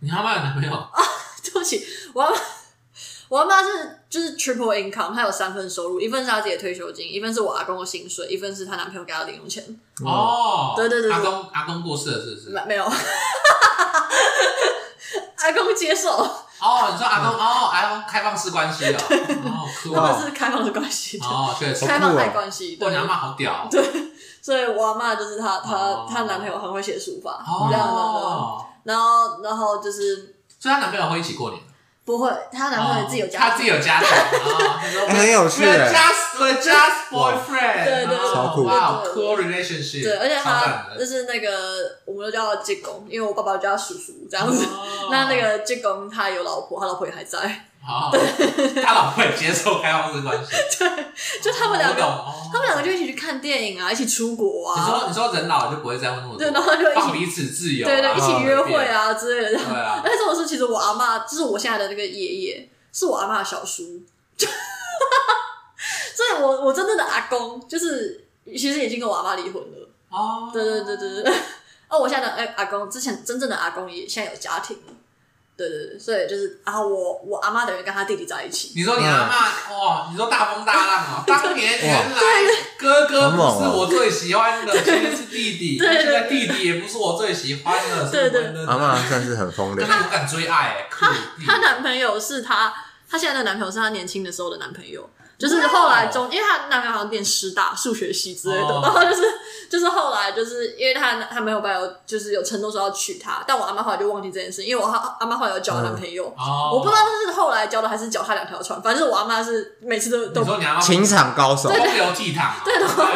你他妈有男朋友？ 对不起，我阿妈，我阿妈是就是 triple income，她有三份收入，一份是她自己的退休金，一份是我阿公的薪水，一份是她男朋友给她的零用钱。哦，对对对对阿公阿公过世了是不是？没没有， 阿公接受，哦，你说阿公哦，阿公开放式关系了，哦，酷他们哦，是开放的关系的，哦，确实，开放好爱酷哦关系。我对，娘妈好屌哦，所以我阿妈就是她，她哦她男朋友很会写书法，这样的。哦，然后然后就是所以她男朋友会一起过年，不会，她男朋友自己有家哦庭，他自己有家庭，哦她说哎很有趣 We're 哎 just we're just boyfriend，对对对哦超酷哇对对，cool relationship，对，而且超赞他的就是那个，我们都叫他济公，因为我爸爸叫他叔叔这样子。哦 那那个济公他有老婆，他老婆也还在， 好，他老婆也接受开放式关系，就他们两个，我懂哦他们两个就一起去看电影啊，一起出国你说啊，你说人老了就不会再问那么多，对然后就一起放彼此自由啊，对对，一起约会啊，啊之类的。对啊，但是我是其实我阿妈，就是我现在的那个爷爷，是我阿妈的小叔， 所以我我真正的阿公就是其实已经跟我阿妈离婚了。哦，对对对对对。 哦，我现在的哎阿公，之前真正的阿公也现在有家庭了。对对对，所以就是，然后我我阿妈等于跟他弟弟在一起。你说你阿妈哇，你说大风大浪 哦，当年原来哥哥不是我最喜欢的，现在是弟弟，对对现在弟弟也不是我最喜欢的，对对对阿妈算是很风流但，是我敢追爱，酷弟，她男朋友是她，她现在的男朋友是她年轻的时候的男朋友，哦就是后来中，因为她男朋友好像念师大数学系之类的，哦然后 就是就是后来就是因为她她男朋友本来有就是有承诺说要娶她，但我阿妈后来就忘记这件事，因为我阿阿妈后来有交男朋友。哦，我不知道她是后来交的还是脚踏两条船，反正我阿妈是每次都都你说你阿妈情场高手，风流倜傥哦，对的，风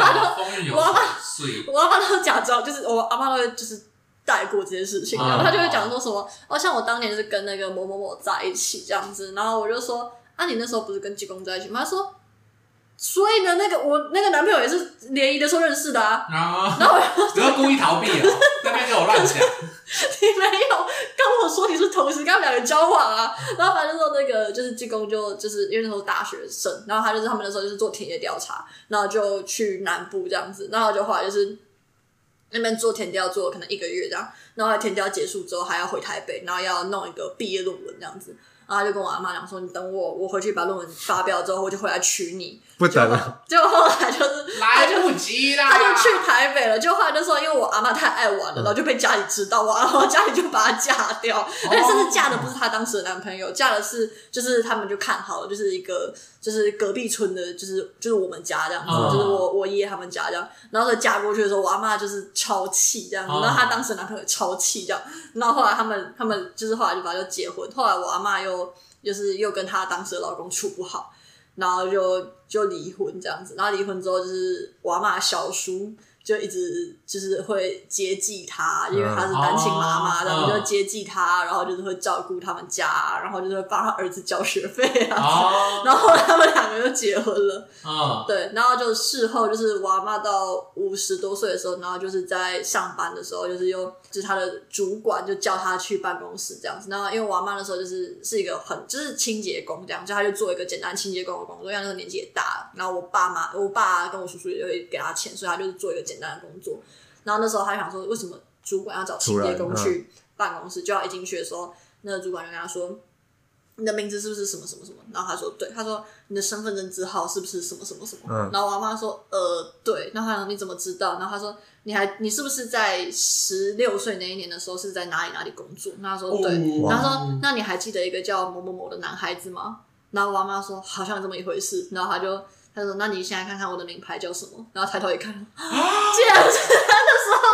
韵有我阿妈水，我阿妈都假装，就是我阿妈都会就是带过这件事情，啊嗯然后她就会讲说什么，哦，像我当年就是跟那个某某某在一起这样子，然后我就说，啊，你那时候不是跟济公在一起吗？她说，所以呢，那个我那个男朋友也是联谊的时候认识的啊，然后然后我你要故意逃避哦，在那边给我乱讲，你没有跟我说你是同时跟他们两个交往啊。然后反正那时候那个就是济公就就是因为那时候大学生，然后他就是他们那时候就是做田野调查，然后就去南部这样子，然后就后来就是。那边做田调做了可能一个月这样，然后后来田调结束之后还要回台北，然后要弄一个毕业论文这样子，然后他就跟我阿妈讲说：“你等我，我回去把论文发表之后，我就回来娶你。不”结等果了，结果后来就是来不及啦， 他就去台北了，就后来那时候因为我阿妈太爱玩了，然后就被家里知道，我阿妈家里就把她嫁掉，而且甚至嫁的不是她当时的男朋友，嫁的是就是他们就看好了，就是一个就是隔壁村的，就是就是我们家这样子，嗯就是我我爷爷他们家这样，然后所以嫁过去的时候，我阿妈就是超气这样子，嗯然后她当时的男朋友超气这样，然后后来他们他们就是后来就把就结婚，后来我阿妈又就是又跟她当时的老公处不好。然后就就离婚这样子，然后离婚之后就是我阿妈小叔就一直就是会接济她，因为她是单亲妈妈，嗯然后就嗯接济她，然后就是会照顾他们家，然后就是会帮他儿子交学费啊。哦，然后后来他们两个就结婚了，嗯，对，然后就事后就是我阿妈到五十多岁的时候，然后就是在上班的时候，就是又就是她的主管就叫她去办公室这样子。然后因为我阿妈那时候就是是一个很就是清洁工这样，就她就做一个简单清洁工的工作，因为她那时候年纪也大了。然后我爸妈、我爸跟我叔叔也会给她钱，所以她就是做一个简单的工作。然后那时候她想说，为什么主管要找清洁工突然嗯去办公室？就要一进去的时候，那个主管就跟她说。你的名字是不是什么什么什么？然后他说对，他说你的身份证字号是不是什么什么什么？嗯然后我阿妈说呃对，然后他说你怎么知道？然后他说你还你是不是在十六岁那一年的时候是在哪里哪里工作？然后他说对，哦然后他说那你还记得一个叫某某某的男孩子吗？然后我阿妈说好像有这么一回事，然后他就他说那你现在看看我的名牌叫什么？然后抬头一看，竟然是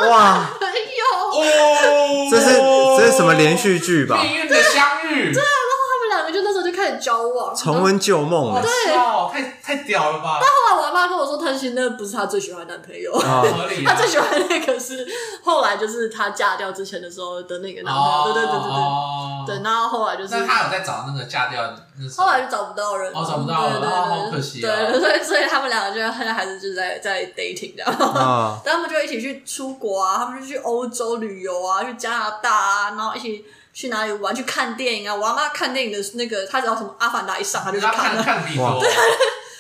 哇，朋友，哦，这是这是什么连续剧吧？命运的相遇，对，他们两个就那时候就开始交往，重温旧梦啊！笑，太太屌了吧，后来我阿妈跟我说，她其实那不是她最喜欢的男朋友，啊，合理啊，她最喜欢的那个是后来就是她嫁掉之前的时候的那个男哦，朋友，对对对对对。哦对，然后后来就是那他有在找那个嫁掉那时候后来就找不到人了，哦找不到了对对对哦好可惜哦对对对，所以他们两个就现在还是就是在在 dating 这 样，啊，但他们就一起去出国啊，他们就去欧洲旅游啊，去加拿大啊，然后一起去哪里玩，去看电影啊。我阿妈看电影的那个，她只要什么《阿凡达》一上，她就去他看看了。 看比多哇，嗯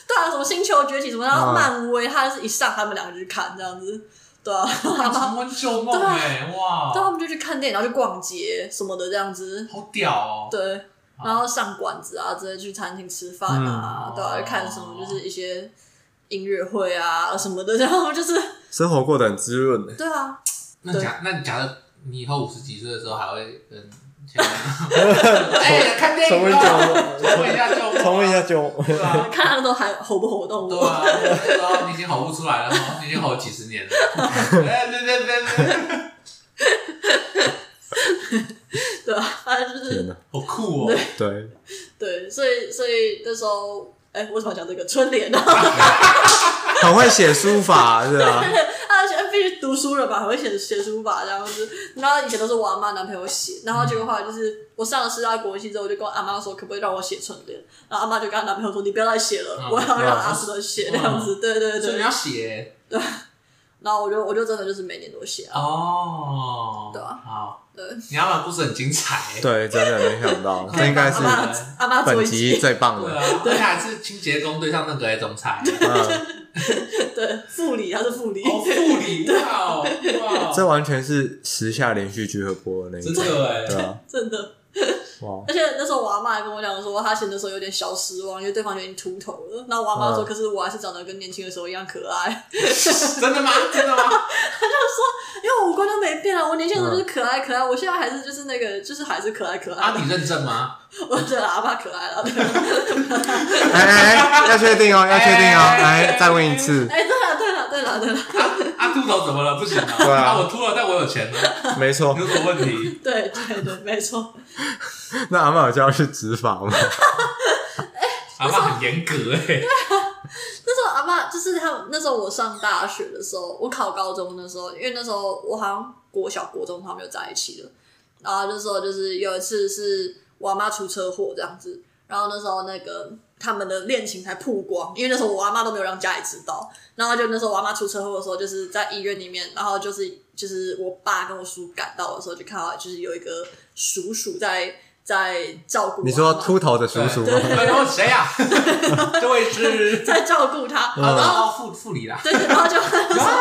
对啊，什么《星球崛起》什么，然后啊漫威，她是一上，他们两个就去看这样子。对 啊，重温旧梦对啊哎，哇，对，他们就去看电影，然后去逛街什么的这样子，好屌哦！对，然后上馆子啊，直接去餐厅吃饭啊，嗯对啊，看什么就是一些音乐会啊什么的，然后就是生活过得很滋润的。对啊，那对假那你假设你以后五十几岁的时候还会跟前 任哎看电重影温啊，旧重温一下旧梦，啊重温一下，旧梦，对啊，看他们都还活不活动对我，啊，对啊，你已经吼不出来了哦，你已经吼几十年 了，哎对对对对，对啊，反正就天是哪，好酷哦！对，对，所以所以那时候。哎、我怎么讲这个春联呢？啊很会写书法是吧？他写必须读书了吧，还会写写书法这样子。然后以前都是我阿妈男朋友写，然后结果后来就是我上了师大国文系之后，我就跟我阿妈说，可不可以让我写春联？然后阿妈就跟她男朋友说，你不要再写了，嗯我要让阿斯的写这样子。对对所以对你。要写然后我就我就真的就是每年都写啊，哦，对啊好，对，你要的故事很精彩，对，真的没想到，这应该是阿妈阿妈做本一集集，最棒对的。啊，而且还是清洁工对上那个哎总裁，嗯，对，副理他是副理，哦，副理，哇哦，哇这哦，完全是时下连续剧会播的那一真种，的对哎，啊， 真的。哇，而且那时候我阿妈还跟我讲说，她写的时候有点小失望，因为对方就已经秃头了。那我阿妈说，嗯可是我还是长得跟年轻的时候一样可爱。真的吗？真的吗？因为我五官都没变啊，我年轻的时候就是可爱可爱，我现在还是就是那个，就是还是可爱可爱。啊，你认证吗？ 我觉得阿爸可爱了。 对哎哎哎，要确定哦，要确定哦，来再问一次，哎，对了对了对了对了， 啊，秃头怎么了？不行啊！对啊我秃了，但我有钱呢，啊没错有。什么问题？对对对，没错。那阿妈有叫他去执法吗？阿妈很严格哎，那时候阿爸就是他们，那时候我上大学的时候，我考高中的时候，因为那时候我好像国小国中他们就在一起了，然后那时候就是有一次是我阿妈出车祸这样子，然后那时候那个他们的恋情才曝光，因为那时候我阿妈都没有让家里知道，然后就那时候我阿妈出车祸的时候，就是在医院里面，然后就是就是我爸跟我叔赶到的时候，就看到就是有一个叔叔在在照顾我你说阿嬷秃头的叔叔吗？然后谁呀？ 这位是在照顾他，嗯啊，然后副副理啦，对，然 后就那时候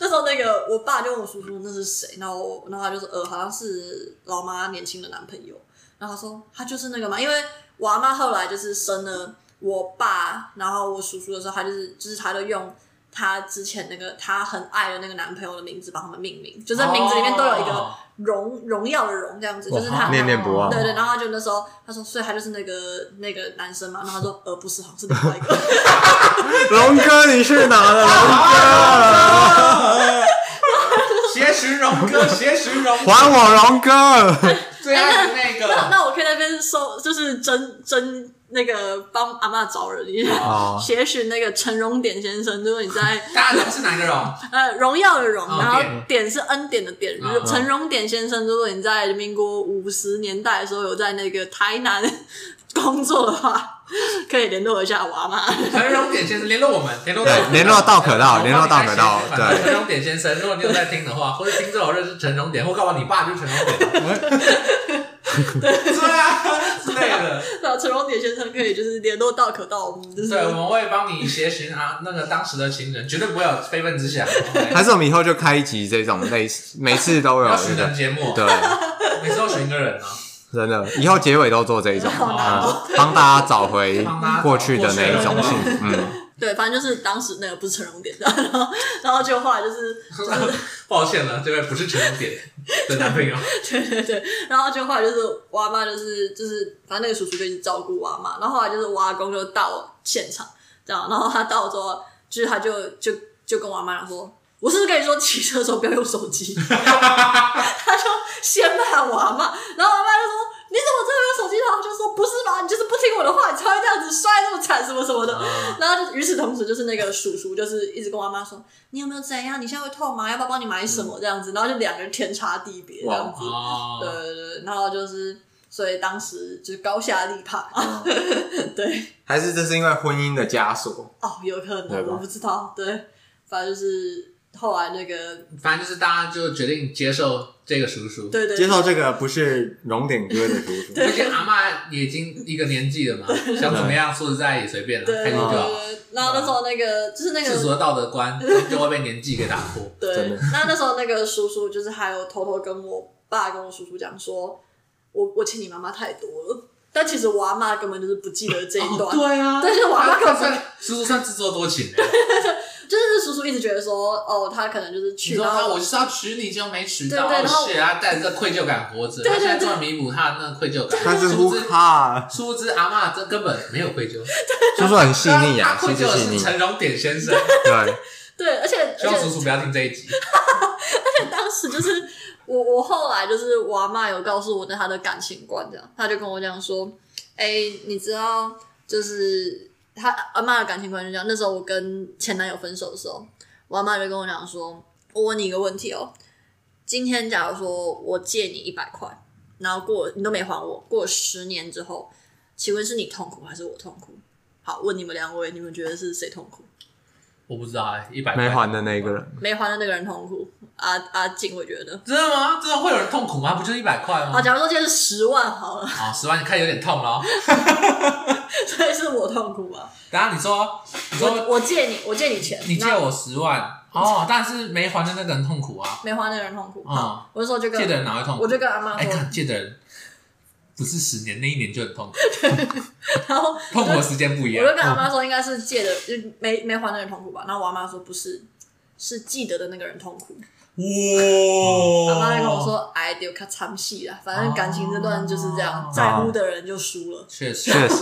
那时候那个我爸就问我叔叔那是谁，然后我然后他就说呃好像是老妈年轻的男朋友，然后他说他就是那个嘛，因为我阿妈后来就是生了我爸，然后我叔叔的时候，他就是就是他就用。他之前那个他很爱的那个男朋友的名字帮他们命名，就是名字里面都有一个哦荣荣耀的荣这样子，哇就是他念念不忘对对，然后他就那时候他说，所以他就是那个那个男生嘛，然后他说呃不是，好像是另外一个， 龙哥，你去哪了？龙邪寻荣 哥，邪寻荣还我龙哥！ 最爱的哎那那个。 那我可以在那边搜，就是真真那个帮阿嬷找人一下，啊哦 写许那个陈荣典先生，如果你 在大家是哪个荣？呃荣耀的荣，哦然后典典是恩典的典嗯，嗯陈荣典先生，如果你在民国五十年代的时候有在那个台南工作的话，可以联络一下我阿妈。陈荣典先生联络我们，呃联络对联络道可道联络道可道对陈荣典先生，如果你有在听的话，或者听众有认识陈荣典，或搞不好你爸就是陈荣典， 对啊之类的。 那陈荣典先生可以就是联络到可到我们，就是对，我们会帮你协寻啊，那个当时的情人，绝对不会有非分之想。OK？还是我们以后就开一集这种类似，每次都有要这寻个人，节目，对，每次都寻一个人呢、啊真的，以后结尾都做这一种，好难嗯哦，帮大家找回帮大家过去的那一种过去幸的福。嗯，对，反正就是当时那个不是陈荣典的，然后然后就后来就是就是。抱歉了，这位不是陈荣典的男朋友。 对对对，然后就后来就是我阿妈就是就是，反正那个叔叔就一直照顾我阿妈，然后后来就是我阿公就到现场，这样，然后他到之后，就是他就就就跟我阿妈讲说，我是不是跟你说骑车的时候不要用手机？ 他就先骂我阿妈，然后我阿妈就说你怎么这么用手机？然后我就说不是吧，你就是不听我的话，你才会这样子摔这么惨什么什么的。啊 然后就与此同时，就是那个叔叔就是一直跟我阿妈说，你有没有怎样？你现在会痛吗？要不要帮你买什么？这样子，然后就两个人天差地别这样子。对哦，对对，然后就是，所以当时就是高下立判嘛。嗯对，还是这是因为婚姻的枷锁，哦，有可对能，吧我不知道。对，反正就是后来那个，反正就是大家就决定接受这个叔叔。，对对接受这个不是荣鼎哥的叔 叔，而且阿嬷也已经一个年纪了嘛，想怎么样说实在也随便了，对开心对就好。对然后那时候那个就是那世俗个的道德观就会被年纪给打破。对真的，那那时候那个叔叔就是还有偷偷跟我爸跟我叔叔讲说，我我欠你妈妈太多了，但其实我阿妈根本就是不记得这一哦段。对啊，但是我阿妈他根算本叔叔算自作多情的。就是叔叔一直觉得说，哦，他可能就是你去，说然他后我就是要娶你，就没娶到，对对然后哦，shit，他带着这愧疚感活着，对他对现在终于弥补他的那个愧疚感。但是殊呼不知，哈，殊不知阿嬷这根本没有愧疚，叔叔很细 腻他啊，他细愧致疚的细是腻，陈荣典先生。对，对，而且而希望叔且叔不要听这一集。 当时就是我我后来就是我阿妈有告诉我的她的感情观，这样，她就跟我讲说，哎、你知道就是她阿妈的感情观是这样，那时候我跟前男友分手的时候，我阿妈就跟我讲说，我问你一个问题哦，今天假如说我借你一百块，然后过你都没还我，过了十年之后，请问是你痛苦还是我痛苦？好，问你们两位，你们觉得是谁痛苦？我不知道哎，一百没还的那个，人，没还的那个人痛苦。阿阿静，我觉得，真的吗？真的会有人痛苦吗？不就是一百块啊，吗？假如说今天是十万好了， 好，十万，你看有点痛了哦。所以是我痛苦吧？然后你说，你我说我借你，我借你钱，你借那我十万，哦，但是没还的那个人痛苦啊，没还那个人痛苦。嗯好，我就说就借的跟人哪会痛苦我？就跟阿妈哎，说，看借的人不是十年，那一年就很痛苦， 然后痛苦的时间不一我就样。跟阿妈说，应该是借的，就没没还那个人痛苦吧？然后我阿妈说不是，是记得的那个人痛苦。阿妈还跟我哦哇，说，哎，丢卡惨戏啦，反正感情这段就是这样，哦在乎的人就输了。确实确实。